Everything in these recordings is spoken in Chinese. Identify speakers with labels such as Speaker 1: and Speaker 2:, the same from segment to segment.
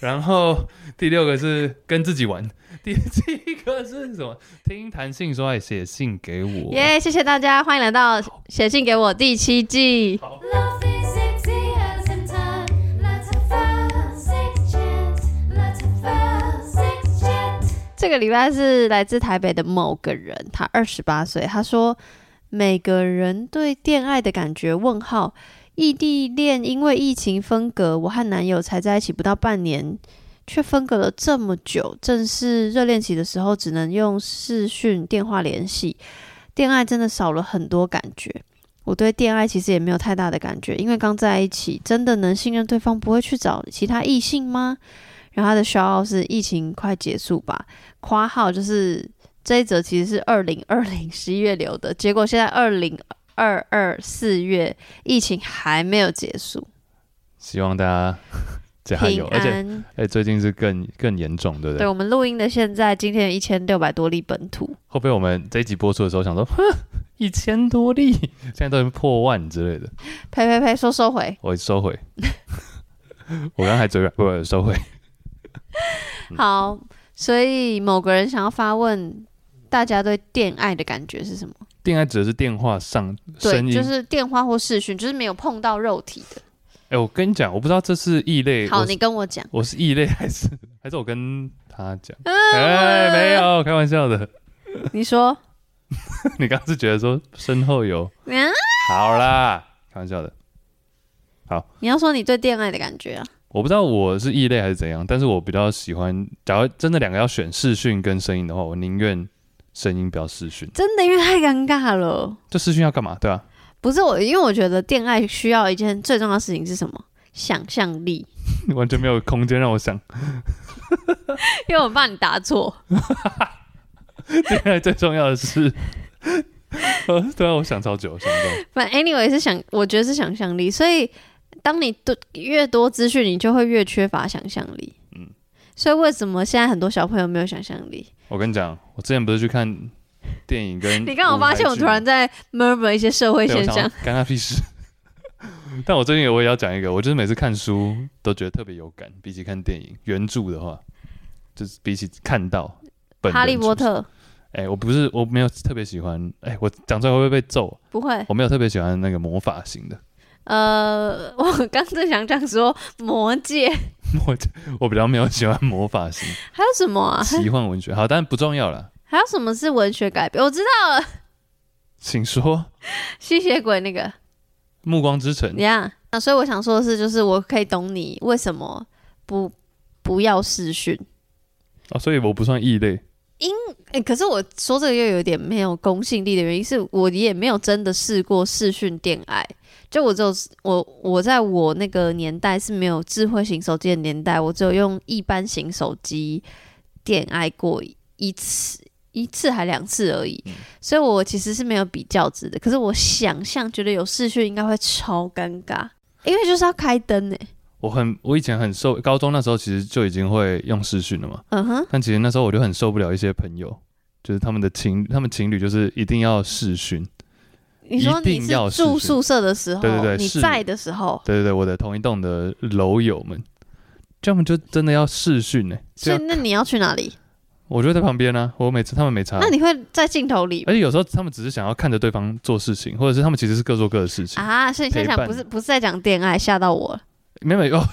Speaker 1: 然后第六个是跟自己玩，第七个是什么？听弹性说爱写信给我。
Speaker 2: 耶、谢谢大家，欢迎来到《写信给我》第七季。
Speaker 3: Love is sexy as in time. Let's have a six chant. Let's have a six chant.
Speaker 2: 这个礼拜是来自台北的某个人，他二十八岁，他说每个人对恋爱的感觉问号。异地恋因为疫情分隔，我和男友才在一起不到半年，却分隔了这么久。正是热恋期的时候，只能用视讯电话联系，恋爱真的少了很多感觉。我对恋爱其实也没有太大的感觉，因为刚在一起，真的能信任对方，不会去找其他异性吗？然后他的骄傲是疫情快结束吧，括号就是这一则其实是二零二零十一月留的，结果现在二零二二四月疫情还没有结束，
Speaker 1: 希望大家 加
Speaker 2: 平
Speaker 1: 油，而且
Speaker 2: 安。
Speaker 1: 哎，最近是更更严重，对不
Speaker 2: 对我们录音的现在，今天有一千六百多例本土，
Speaker 1: 会不会我们这一集播出的时候想说， 哼，一千多例，现在都已经破万之类的，
Speaker 2: 呸呸呸，说收回。
Speaker 1: 我收回。 我刚才嘴软，不不收回。嗯
Speaker 2: 好，所以某个人想要发问，大家对恋爱的感觉是什么？
Speaker 1: 恋爱指的是电话上声
Speaker 2: 对，
Speaker 1: 音。
Speaker 2: 就是电话或视讯，就是没有碰到肉体的。
Speaker 1: 哎，我跟你讲，我不知道这是异类，
Speaker 2: 好，
Speaker 1: 我
Speaker 2: 你
Speaker 1: 是
Speaker 2: 跟我讲。
Speaker 1: 我是异类还是还是我跟他讲？
Speaker 2: 呃
Speaker 1: 哎，没，有，开玩笑的。
Speaker 2: 你说，
Speaker 1: 你刚刚是觉得说身后有，
Speaker 2: 嗯
Speaker 1: 好啦，开玩笑的。
Speaker 2: 你要说你对恋爱的感觉啊？
Speaker 1: 我不知道我是异类还是怎样，但是我比较喜欢。假如真的两个要选视讯跟声音的话，我宁愿声音不要视讯。
Speaker 2: 真的，因为太尴尬了。
Speaker 1: 这视讯要干嘛？对吧、啊
Speaker 2: 不是我，因为我觉得恋爱需要一件最重要的事情是什么？想象力，
Speaker 1: 完全没有空间让我想。
Speaker 2: 因为我怕你答错。
Speaker 1: 恋爱最重要的是， 呃，对啊，我想超久，想不
Speaker 2: 反正 anyway 是想，我觉得是想象力，所以当你多越多资讯，你就会越缺乏想象力。嗯，所以为什么现在很多小朋友没有想象力？
Speaker 1: 到。我跟你讲，我之前不是去看电影跟
Speaker 2: 你刚好发现我突然
Speaker 1: 舞
Speaker 2: 在 murmur 一些社会
Speaker 1: 台剧
Speaker 2: 现
Speaker 1: 对我想
Speaker 2: 象
Speaker 1: 要，干他屁事。 但我最近我也要讲一个，我就是每次看书都觉得特别有感，比起看电影原著的话，就是比起看到
Speaker 2: 《
Speaker 1: 本
Speaker 2: 哈利
Speaker 1: 人
Speaker 2: 波
Speaker 1: 出现，
Speaker 2: 特》
Speaker 1: 哎、我不是我没有特别喜欢，哎、我讲出来会不会被揍？
Speaker 2: 不会。
Speaker 1: 我没有特别喜欢那个魔法型的，
Speaker 2: 呃，我刚正想讲说魔戒，
Speaker 1: 我我比较没有喜欢魔法型
Speaker 2: 还有什么啊？
Speaker 1: 奇幻文学，好，但不重要了。
Speaker 2: 还有什么是文学改编？我知道了，
Speaker 1: 请说《
Speaker 2: 吸血鬼那个。
Speaker 1: 暮光之城》
Speaker 2: 呀、那所以我想说的是，就是我可以懂你为什么不不要试训。
Speaker 1: 哦，所以我不算异类。
Speaker 2: 哎、可是我说这个又有点没有公信力的原因，是我也没有真的试过试训恋爱。就我只有我我在我那个年代是没有智慧型手机的年代，我只有用一般型手机恋爱过一次。一次还两次而
Speaker 1: 嗯
Speaker 2: 已，所以我其实是没有比较值的。可是我想象觉得有试训应该会超尴尬，因为就是要开灯欸呢、
Speaker 1: 我很，我以前很受，高中那时候其实就已经会用视讯了嘛。
Speaker 2: 嗯哼，
Speaker 1: 但其实那时候我就很受不了一些朋友，就是他们的情，他们情侣就是一定要视讯。
Speaker 2: 你说你
Speaker 1: 一
Speaker 2: 是
Speaker 1: 定要试试
Speaker 2: 住宿舍的时候，
Speaker 1: 对对对
Speaker 2: 你
Speaker 1: 是
Speaker 2: 在的时候，
Speaker 1: 对对对，我的同一栋的楼友们，这样就真的要视讯呢、这
Speaker 2: 所以
Speaker 1: 样
Speaker 2: 那你要去哪里？
Speaker 1: 我就在旁边呢、我每次他们没差
Speaker 2: 那。你会在镜头里
Speaker 1: 而且有时候他们只是想要看着对方做事情，或者是他们其实是各做各的事情，
Speaker 2: 啊？所以你现在
Speaker 1: 陪
Speaker 2: 讲
Speaker 1: 伴
Speaker 2: 不是不是在讲恋爱，吓到我 了。
Speaker 1: 没有没有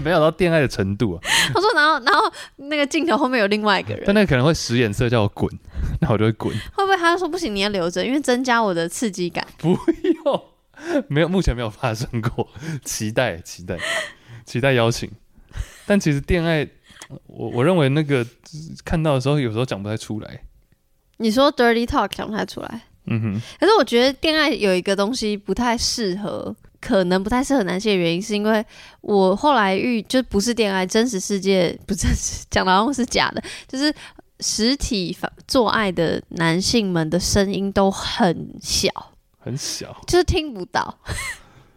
Speaker 1: 没有到恋爱的程度啊。
Speaker 2: 我说，然后然后那个镜头后面有另外一个人
Speaker 1: 但，那个可能会使眼色叫我滚， 那我就会滚。
Speaker 2: 会不会他说不行，你要留着，因为增加我的刺激感？
Speaker 1: 哟，没有，目前没有发生过，期待期待期待邀请。但其实恋爱，我我认为那个就是看到的时候，有时候讲不太出来。
Speaker 2: 你说 dirty talk 想不太出来，
Speaker 1: 嗯哼，
Speaker 2: 可是我觉得恋爱有一个东西不太适合。可能不太适合男性的原因，是因为我后来遇就不是恋爱，真实世界不是讲的好像是假的， 就是实体发做爱的男性们的声音都很小，
Speaker 1: 很小，
Speaker 2: 就是听不到。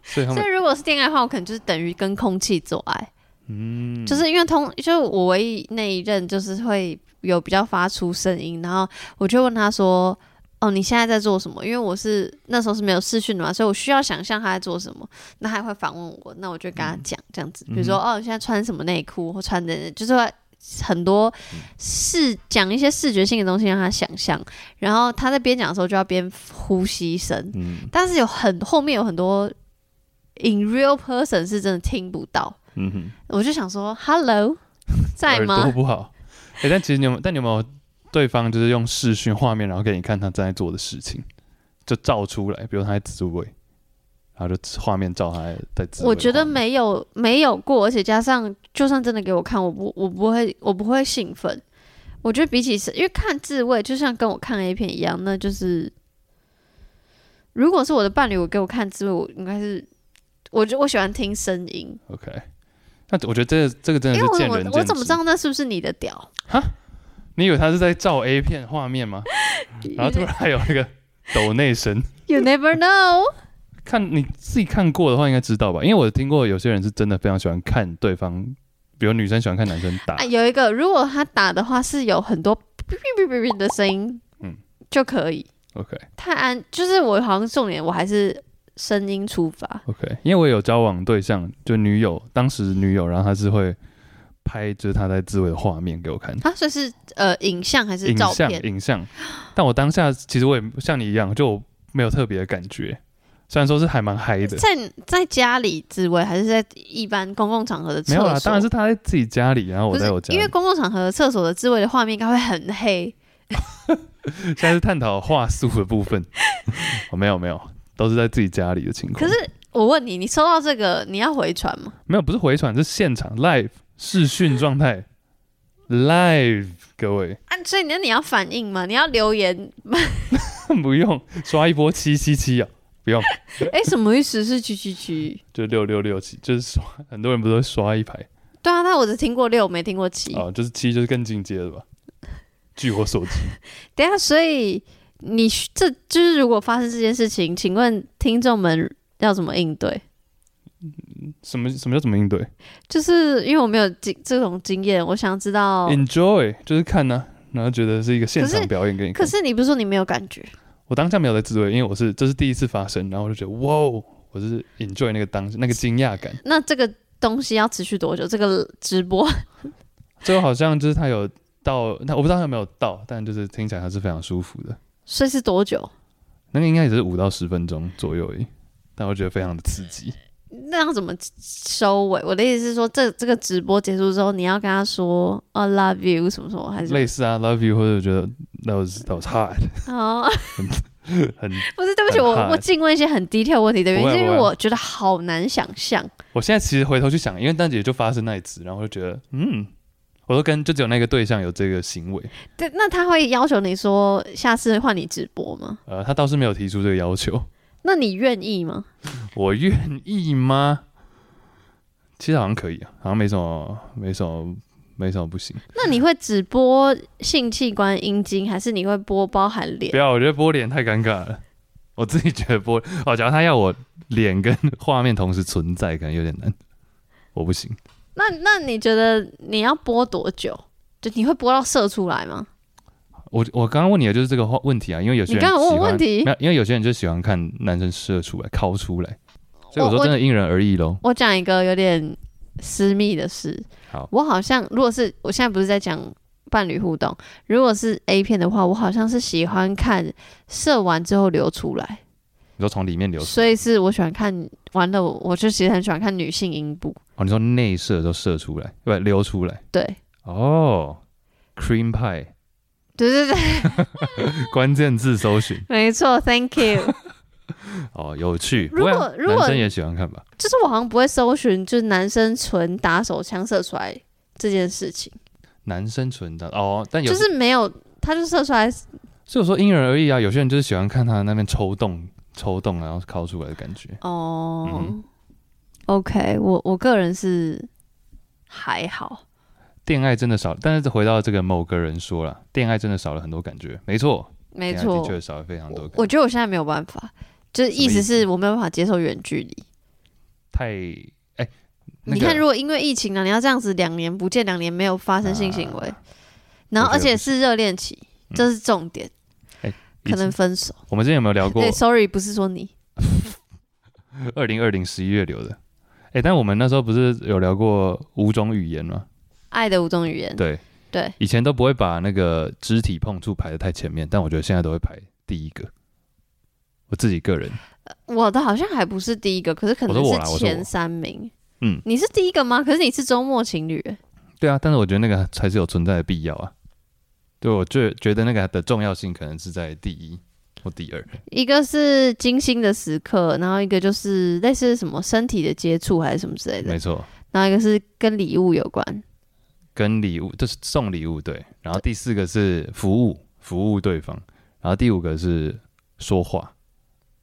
Speaker 1: 所以他
Speaker 2: 所
Speaker 1: 们
Speaker 2: 以如果是恋爱的话，我可能就是等于跟空气做爱，
Speaker 1: 嗯，
Speaker 2: 就是因为通，就是我唯一那一任就是会有比较发出声音，然后我就问他说：“哦，你现在在做什么？”因为我是那时候是没有视讯的嘛，所以我需要想象他在做什么， 那他还会反问我，那我就跟他讲这样子，
Speaker 1: 嗯
Speaker 2: 比如说、哦，现在穿什么内裤或穿的，就是会很多视讲一些视觉性的东西让他想象，然后他在边讲的时候就要边呼吸声，
Speaker 1: 嗯
Speaker 2: 但是有很后面有很多 in real person 是真的听不到，
Speaker 1: 嗯哼，
Speaker 2: 我就想说 hello 在
Speaker 1: 耳朵
Speaker 2: 吗？
Speaker 1: 不好。哎、但其实你有没有，但你有没有对方就是用视讯画面，然后给你看他正在做的事情，就照出来，比如他在自慰，然后就画面照他在自慰。
Speaker 2: 我觉得，没有没有过，而且加上就算真的给我看，我不我不会我不会兴奋。我觉得比起是因为看自慰，就像跟我看 A 片一样，那就是如果是我的伴侣，我给我看自慰，我应该是我就我喜欢听声音，
Speaker 1: OK，那我觉得这这个真的
Speaker 2: 因
Speaker 1: 是
Speaker 2: 为我
Speaker 1: 见
Speaker 2: 我
Speaker 1: 仁见智。
Speaker 2: 我怎么知道那是不是你的屌？
Speaker 1: 你以为他是在照 A 片画面吗？然后突然还有那个抖内声，
Speaker 2: You never know。
Speaker 1: 看你自己看过的话应该知道吧？因为我听过有些人是真的非常喜欢看对方，比如女生喜欢看男生打
Speaker 2: 啊，，有一个，如果他打的话是有很多哔哔哔哔哔的声音，
Speaker 1: 嗯
Speaker 2: 就可以。
Speaker 1: OK
Speaker 2: 太安，就是我好像重点我还是声音出发，
Speaker 1: OK，因为我有交往对象，就女友，当时女友，然后她是会拍就是她在自慰的画面给我看，
Speaker 2: 他算是呃影像还是
Speaker 1: 影
Speaker 2: 照
Speaker 1: 像
Speaker 2: 片？
Speaker 1: 影像，但我当下其实我也像你一样，就没有特别的感觉，虽然说是还蛮嗨的，
Speaker 2: 在在家里自慰还是在一般公共场合的厕
Speaker 1: 没
Speaker 2: 所？
Speaker 1: 有啦，当然是她在自己家里，然后我
Speaker 2: 不是
Speaker 1: 在我家里
Speaker 2: 因为，公共场合厕所的自慰的画面应该会很黑，
Speaker 1: 现在是探讨话术的 部分，我没有没有，都是在自己家里的情况，
Speaker 2: 可是。我问你，你收到这个你要回传吗？
Speaker 1: 没有不是回传，是现场 live 视讯状态 live，各位。
Speaker 2: 啊，所以那你要反应吗？你要留言？
Speaker 1: 不用刷一波七七七啊，不用，
Speaker 2: 哎、什么意思是区区区？
Speaker 1: 就六六六七，就是刷，很多人不是会刷一排
Speaker 2: 对啊，那我只听过六，没听过七。
Speaker 1: 啊，就是七就是更进阶的吧。据我所知，
Speaker 2: 等一下，所以你需这就是如果发生这件事情，请问听众们要怎么应对？
Speaker 1: 什么什么叫怎么应对、
Speaker 2: 就是因为我没有经这种经验，我想知道
Speaker 1: e。n j o y 就是看呢、啊然后觉得是一个现
Speaker 2: 哦可
Speaker 1: 场
Speaker 2: 是
Speaker 1: 表演给你
Speaker 2: 可
Speaker 1: 看。
Speaker 2: 是你不是说你没有感觉？
Speaker 1: 我当下没有在自慰，因为我是这是第一次发生，然后我就觉得哇哦，我是 enjoy 那个当那个惊讶感。
Speaker 2: 那这个东西要持续多久？这个直播
Speaker 1: 最后好像就是他有到，那我不知道他有没有到，但就是听起来还是非常舒服的。
Speaker 2: 所以是多久？
Speaker 1: 那个应该也是五到十分钟左右而已，但我觉得非常的刺激。
Speaker 2: 那要怎么收尾？我的意思是说，这这个直播结束之后，你要跟他说 “I love you” 什么什么，还是
Speaker 1: 类似啊，Love You，或者觉得 That was That was hard，
Speaker 2: 哦，
Speaker 1: 很。
Speaker 2: 不是，对不起，我
Speaker 1: 很怕
Speaker 2: 我进问一些很低调问题的原因，
Speaker 1: 不会
Speaker 2: 是因为
Speaker 1: 不会
Speaker 2: 我觉得好难想象。
Speaker 1: 我现在其实回头去想，因为蛋姐就发生那一次，然后我就觉得，嗯，我都跟就只有那个对象有这个行为，
Speaker 2: 对，那他会要求你说下次换你直播吗？
Speaker 1: 呃，他倒是没有提出这个要求，
Speaker 2: 那你愿意吗？
Speaker 1: 我愿意吗？其实好像可以啊，好像没什么，没什么，没什么不行。
Speaker 2: 那你会只播性器官阴茎，还是你会播包含脸
Speaker 1: 不？要，我觉得播脸太尴尬了，我自己觉得播哦，假如他要我脸跟画面同时存在，可能有点难，我不行。
Speaker 2: 那那你觉得你要播多久？就你会播到射出来吗？
Speaker 1: 我我刚刚问你的就是这个话问题啊，因为有些人
Speaker 2: 你刚刚问我
Speaker 1: 喜欢
Speaker 2: 问题
Speaker 1: 没有，因为有些人就喜欢看男生射出来、掏出来，所以
Speaker 2: 我
Speaker 1: 我说真的因人而异喽。
Speaker 2: 我讲一个有点私密的事。
Speaker 1: 好
Speaker 2: 我好像如果是我现在不是在讲伴侣互动，如果是 A 片的话，我好像是喜欢看射完之后流出来，
Speaker 1: 你说从里面流出
Speaker 2: 所以是我喜欢看完了，我就其实很喜欢看女性阴部。
Speaker 1: 哦，你说内射都射出来，不流出来
Speaker 2: 对，
Speaker 1: 哦。cream pie
Speaker 2: 对对对。
Speaker 1: 关键字搜寻
Speaker 2: 没错，Thank you。
Speaker 1: 哦，有趣。
Speaker 2: 如果
Speaker 1: 不会啊
Speaker 2: 如果
Speaker 1: 男生也喜欢看吧，
Speaker 2: 就是我好像不会搜寻，就是男生纯打手枪射出来这件事情，
Speaker 1: 男生存的哦，但有
Speaker 2: 就
Speaker 1: 时
Speaker 2: 是没有，他就射出来，
Speaker 1: 所以我说因人而异啊。有些人就是喜欢看他那边抽动、抽动，然后掏出来的感觉。
Speaker 2: 哦、
Speaker 1: 嗯
Speaker 2: OK，我我个人是还好，
Speaker 1: 恋爱真的少了，但是回到这个某个人说了，恋爱真的少了很多感觉，没错，
Speaker 2: 没
Speaker 1: 恋爱
Speaker 2: 错
Speaker 1: 啊的，确少了非常多
Speaker 2: 我
Speaker 1: 感觉。
Speaker 2: 我觉得我现在没有办法，就是意
Speaker 1: 什么
Speaker 2: 思
Speaker 1: 意
Speaker 2: 是我没有办法接受远距离。
Speaker 1: 太哎、那
Speaker 2: 你
Speaker 1: 个
Speaker 2: 看，如果因为疫情啊呢、你要这样子两年不见，两年没有发生性行为，
Speaker 1: 啊
Speaker 2: 然后
Speaker 1: 我觉得
Speaker 2: 而且
Speaker 1: 不嗯
Speaker 2: 是热恋期，这是重点，
Speaker 1: 疫
Speaker 2: 可能
Speaker 1: 情
Speaker 2: 分手。
Speaker 1: 我们之前有没有聊嗯过
Speaker 2: 对，sorry，不是说你
Speaker 1: 二零二零十一月留的？哎、但我们那时候不是有聊过五种语言吗？
Speaker 2: 爱的五种语言。
Speaker 1: 对，
Speaker 2: 对，
Speaker 1: 以前都不会把那个肢体碰触排的太前面，但我觉得现在都会排第一个。我自己个人，
Speaker 2: 我的好像还不是第一个，可是可
Speaker 1: 我
Speaker 2: 能
Speaker 1: 说我啦我
Speaker 2: 是
Speaker 1: 说
Speaker 2: 前
Speaker 1: 我
Speaker 2: 三名。
Speaker 1: 嗯，
Speaker 2: 你是第一个吗？可是你是周末情侣，
Speaker 1: 对啊，但是我觉得那个才是有存在的必要啊。对，我觉觉得那个的重要性可能是在第一或第二。
Speaker 2: 一个是精心的时刻，然后一个就是类似什么身体的接触还是什么之类的
Speaker 1: 没，错，
Speaker 2: 然后一个是跟礼物有关。
Speaker 1: 跟礼物就是送礼物，对。然后第四个是服务，服务对方。然后第五个是说话，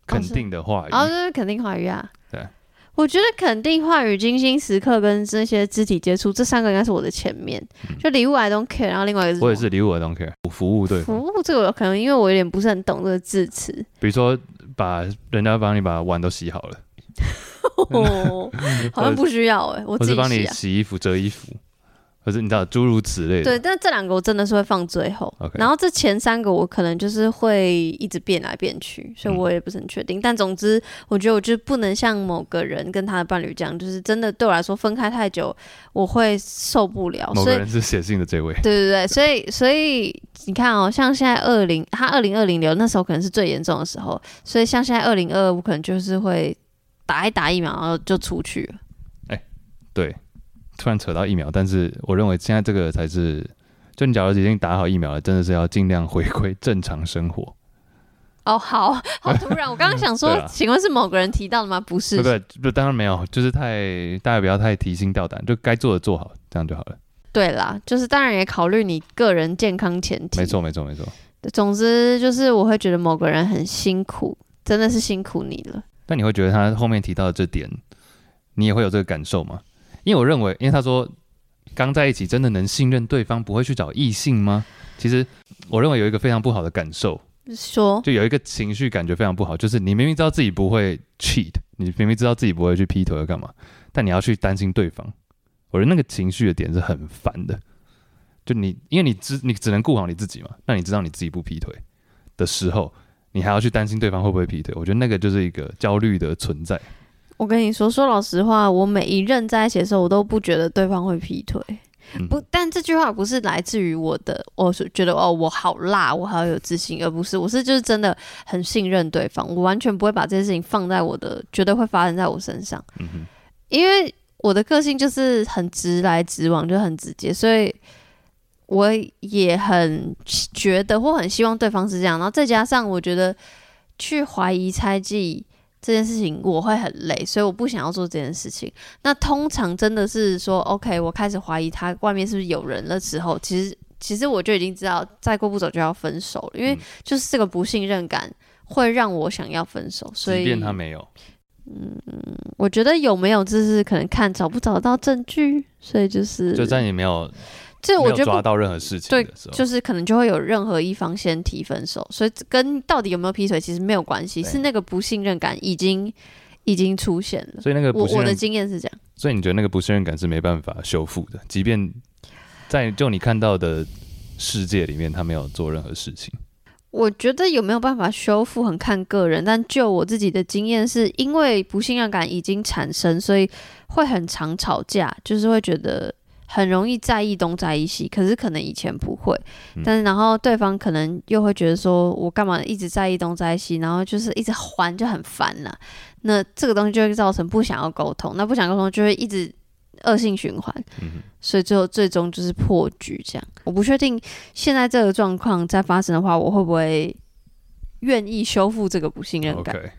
Speaker 1: 肯
Speaker 2: 是
Speaker 1: 定的话语。
Speaker 2: 哦，就是肯定话语啊。
Speaker 1: 哎对，
Speaker 2: 我觉得肯定话语、精心时刻跟这些肢体接触这三个应该是我的前面。就礼物 I don't care，然后另外一个是
Speaker 1: 嗯我也是礼物，I don't care。服务对方，
Speaker 2: 服务这个，可能因为我有点不是很懂这个字 词。
Speaker 1: 比如说把人家帮你把碗都洗好了，
Speaker 2: 哦，好像不需要哎、我
Speaker 1: 或
Speaker 2: 自己
Speaker 1: 是帮
Speaker 2: 洗
Speaker 1: 你
Speaker 2: 啊。
Speaker 1: 洗衣服、折衣服，或是你知道诸如此类的。
Speaker 2: 对，但这两个我真的是会放最后。
Speaker 1: OK
Speaker 2: 然后这前三个我可能就是会一直变来变去，所
Speaker 1: 嗯
Speaker 2: 以我也不是很确定。但总之，我觉得我就不能像某个人跟他的伴侣这样，就是真的对我来说分开太久，我会受不了。
Speaker 1: 某
Speaker 2: 哦所
Speaker 1: 个
Speaker 2: 以
Speaker 1: 人是写信的这位，
Speaker 2: 对对对，所以所以你看哦，像现在二零，他二零二零流那时候可能是最严重的时候，所以像现在二零二二，我可能就是会打一打疫苗，然后就出去了。
Speaker 1: 对，突然扯到疫苗，但是我认为现在这个才是，就你假如已经打好疫苗了，真的是要尽量回归正常生活，
Speaker 2: 哦，好好突然，我刚刚想说，
Speaker 1: 对啊
Speaker 2: 请问是某个人提到的吗？不 是，
Speaker 1: 对不对？不，当然没有，就是太大家不要太提心吊胆，就该做的做好，这样就好了。
Speaker 2: 对啦，就是当然也考虑你个人健康前提。
Speaker 1: 没错，没错，没错。
Speaker 2: 对，总之就是我会觉得某个人很辛苦，真的是辛苦你了。
Speaker 1: 但你会觉得他后面提到的这点，你也会有这个感受吗？因为我认为，因为他说刚在一起真的能信任对方，不会去找异性吗？其实我认为有一个非常不好的感受，
Speaker 2: 说
Speaker 1: 就有一个情绪感觉非常不好，就是你明明知道自己不会 cheat，你明明知道自己不会去劈腿要干嘛，但你要去担心对方，我觉得那个情绪的点是很烦的。就你，因为你只你只能顾好你自己嘛，那你知道你自己不劈腿的时候，你还要去担心对方会不会劈腿，我觉得那个就是一个焦虑的存在。
Speaker 2: 我跟你说，说老实话，我每一任在一起的时候，我都不觉得对方会劈腿。
Speaker 1: 嗯
Speaker 2: 不，但这句话不是来自于我的，我是觉得哦，我好辣，我好有自信，而不是我是就是真的很信任对方，我完全不会把这件事情放在我的，绝对会发生在我身上，
Speaker 1: 嗯哼，
Speaker 2: 因为我的个性就是很直来直往，就很直接，所以我也很觉得或很希望对方是这样，然后再加上我觉得去怀疑猜忌。这件事情我会很累，所以我不想要做这件事情。那通常真的是说，OK，我开始怀疑他外面是不是有人了之后，其实其实我就已经知道，再过不久就要分手了，因为
Speaker 1: 嗯
Speaker 2: 就是这个不信任感会让我想要分手。所
Speaker 1: 即
Speaker 2: 以
Speaker 1: 便他没有，
Speaker 2: 嗯我觉得有没有就是可能看找不找得到证据，所以就是
Speaker 1: 就在你没有
Speaker 2: 这
Speaker 1: 没
Speaker 2: 我
Speaker 1: 有
Speaker 2: 觉得
Speaker 1: 抓
Speaker 2: 不
Speaker 1: 到任何事情
Speaker 2: 对
Speaker 1: 的时候，
Speaker 2: 就是可能就会有任何一方先提分手，所以这跟到底有没有劈腿其实没有关系，
Speaker 1: 对
Speaker 2: 是那个不信任感已经已经出现了。
Speaker 1: 所以那个
Speaker 2: 我
Speaker 1: 不信
Speaker 2: 我的
Speaker 1: 任，
Speaker 2: 经验是这样，
Speaker 1: 所以你觉得那个不信任感是没办法修复的，即便在就你看到的世界里面，他没有做任何事情。
Speaker 2: 我觉得有没有办法修复很看个人，但就我自己的经验是，因为不信任感已经产生，所以会很常吵架，就是会觉得很容易在意东在意西，可是可能以前不会，
Speaker 1: 嗯
Speaker 2: 但是然后对方可能又会觉得说我干嘛一直在意东在意西，然后就是一直还就很烦了、那这个东西就会造成不想要沟通，那不想沟通就会一直恶性循环，
Speaker 1: 嗯
Speaker 2: 所以最后最终就是破局这样。我不确定现在这个状况再发生的话，我会不会愿意修复这个不信任感
Speaker 1: OK，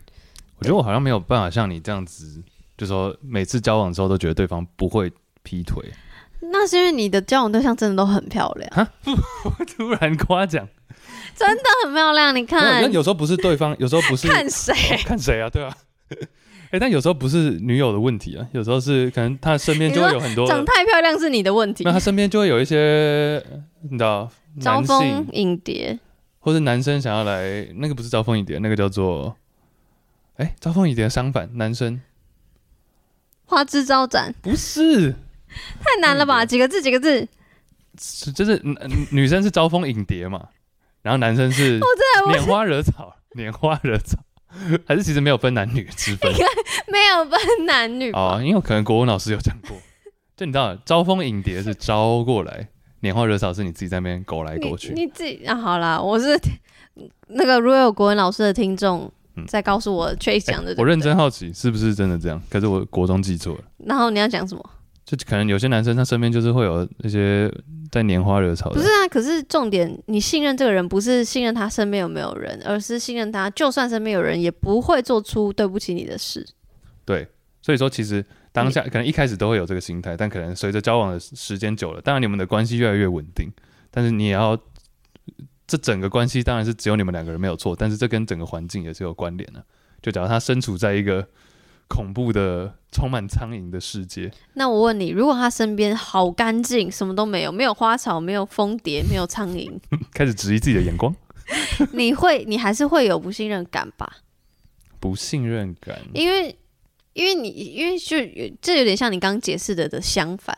Speaker 1: 我觉得我好像没有办法像你这样子，就说每次交往之后都觉得对方不会劈 腿，
Speaker 2: 那是因为你的交往对象真的都很漂亮，
Speaker 1: 突然夸奖。
Speaker 2: 那很漂亮。你
Speaker 1: 没
Speaker 2: 看
Speaker 1: 有，有时候不是对方，有时候不 是
Speaker 2: 看谁？
Speaker 1: 哦看谁啊，对啊。 哎、但有时候不是女友的问题啊，有时候是可能他身边就会有很多
Speaker 2: 长太漂亮是你的问题
Speaker 1: 那，他身边就会有一些你知道
Speaker 2: 招
Speaker 1: 男
Speaker 2: 蜂
Speaker 1: 性
Speaker 2: 引蝶。
Speaker 1: 或是男生想要来，那个不是招蜂引蝶，那个叫做哎，招风椅的相反，男生
Speaker 2: 花枝招展，
Speaker 1: 不是，
Speaker 2: 太难了吧？
Speaker 1: 嗯
Speaker 2: 几个字，几个字，
Speaker 1: 是就是嗯嗯女生是招蜂引蝶嘛，然后男生是
Speaker 2: 我
Speaker 1: 拈花惹草，拈花惹草，还是其实没有分男女之分
Speaker 2: 没有分男女吧？
Speaker 1: 哦，因为可能国文老师有讲过，就你知道招蜂引蝶是招过来，拈花惹草是你自己在那边勾来
Speaker 2: 你
Speaker 1: 勾去。
Speaker 2: 你自己啊，好啦，我是那个如果有国文老师的听众
Speaker 1: 嗯
Speaker 2: 再告诉我 Trace
Speaker 1: 哎
Speaker 2: 讲的，
Speaker 1: 我认。真好奇是不是真的这样，可是我国中记错了。
Speaker 2: 然后你要讲什么？
Speaker 1: 就可能有些男生他身边就是会有那些在拈花惹草的，
Speaker 2: 不是啊，可是重点，你信任这个人不是信任他身边有没有人，而是信任他，就算身边有人，也不会做出对不起你的事。
Speaker 1: 对，所以说其实当下可能一开始都会有这个心态，但可能随着交往的时间久了，当然你们的关系越来越稳定，但是你也要这整个关系当然是只有你们两个人没有错，但是这跟整个环境也是有关联的、就假如他身处在一个恐怖的、充满苍蝇的世界，
Speaker 2: 那我问你，如果他身边好干净，什么都没有，没有花草，没有蜂蝶，没有苍蝇，
Speaker 1: 开始质疑自己的眼光、
Speaker 2: 你会，你还是会有不信任感吧？
Speaker 1: 不信任感，
Speaker 2: 因为因为你因为就有这有点像你刚解释的的相反，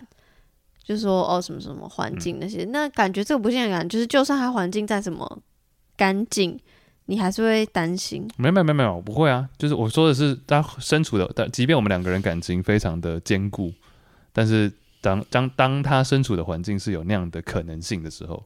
Speaker 2: 就说哦什么什么环境那些，那感觉这个不信任感就是，就算它环境再怎么干净，你还是会担心。
Speaker 1: 没有没有没有没有，不会啊，就是我说的是他身处的，但即便我们两个人感情非常的坚固，但是当当当他身处的环境是有那样的可能性的时候，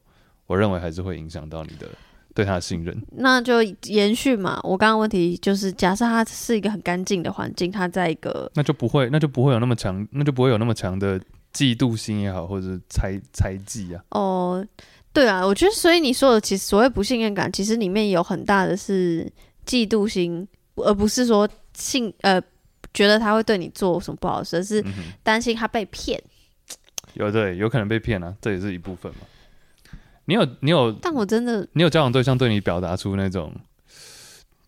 Speaker 1: 我认为还是会影响到你的对他的信任。
Speaker 2: 那就延续嘛，我刚刚问题就是，假设它是一个很干净的环境，它在一个
Speaker 1: 那就不会，那就不会有那么强，那就不会有那么强的嫉妒心也好，或者是猜猜忌啊。
Speaker 2: 哦，对啊，我觉得，所以你说的，其实所谓不信任感，其实里面有很大的是嫉妒心，而不是说信呃觉得他会对你做什么不好的事，而是
Speaker 1: 嗯哼
Speaker 2: 担心他被骗。
Speaker 1: 有对，有可能被骗啊，这也是一部分嘛。你有你有
Speaker 2: 但我真的
Speaker 1: 你有交往对象对你表达出那种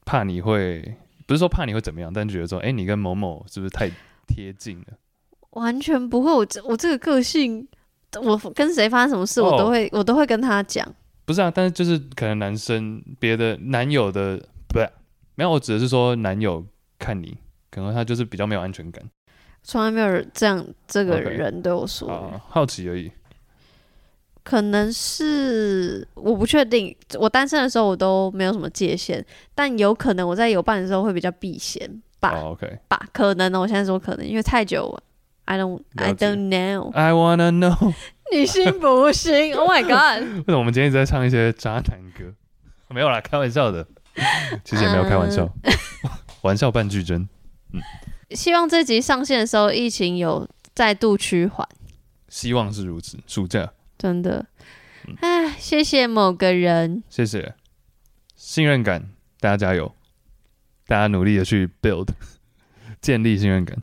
Speaker 1: 怕你会，不是说怕你会怎么样，但觉得说，哎、你跟某某是不是太贴近了？
Speaker 2: 完全不会，我这我这个个性，我跟谁发生什么事，我
Speaker 1: 哦
Speaker 2: 都会、我都会跟他讲。
Speaker 1: 不是啊，但是就是可能男生别的男友的不是，没有，我指的是说男友看你，可能他就是比较没有安全感
Speaker 2: 从来没有人这样，这个
Speaker 1: OK
Speaker 2: 人对我说
Speaker 1: 啊，好奇而已。
Speaker 2: 可能是我不确定。我单身的时候我都没有什么界限，但有可能我在有伴的时候会比较避嫌吧。
Speaker 1: 哦，OK、
Speaker 2: 吧，可能哦，我现在说可能，因为太久了，I don't
Speaker 1: 了
Speaker 2: I
Speaker 1: 解
Speaker 2: don't know，
Speaker 1: o k i wanna know，
Speaker 2: 女性不行 ，Oh my God，
Speaker 1: 为什么我们今天一直在唱一些渣男歌？ 没有啦，开玩笑的，其实也没有开玩笑，玩笑半句真。
Speaker 2: 希望这集上线的时候疫情有再度趋缓，
Speaker 1: 希望是如此。暑假，
Speaker 2: 真的，
Speaker 1: 嗯
Speaker 2: 哎，谢谢某个人，
Speaker 1: 谢谢，信任感，大家加油，大家努力的去 build，建立信任感。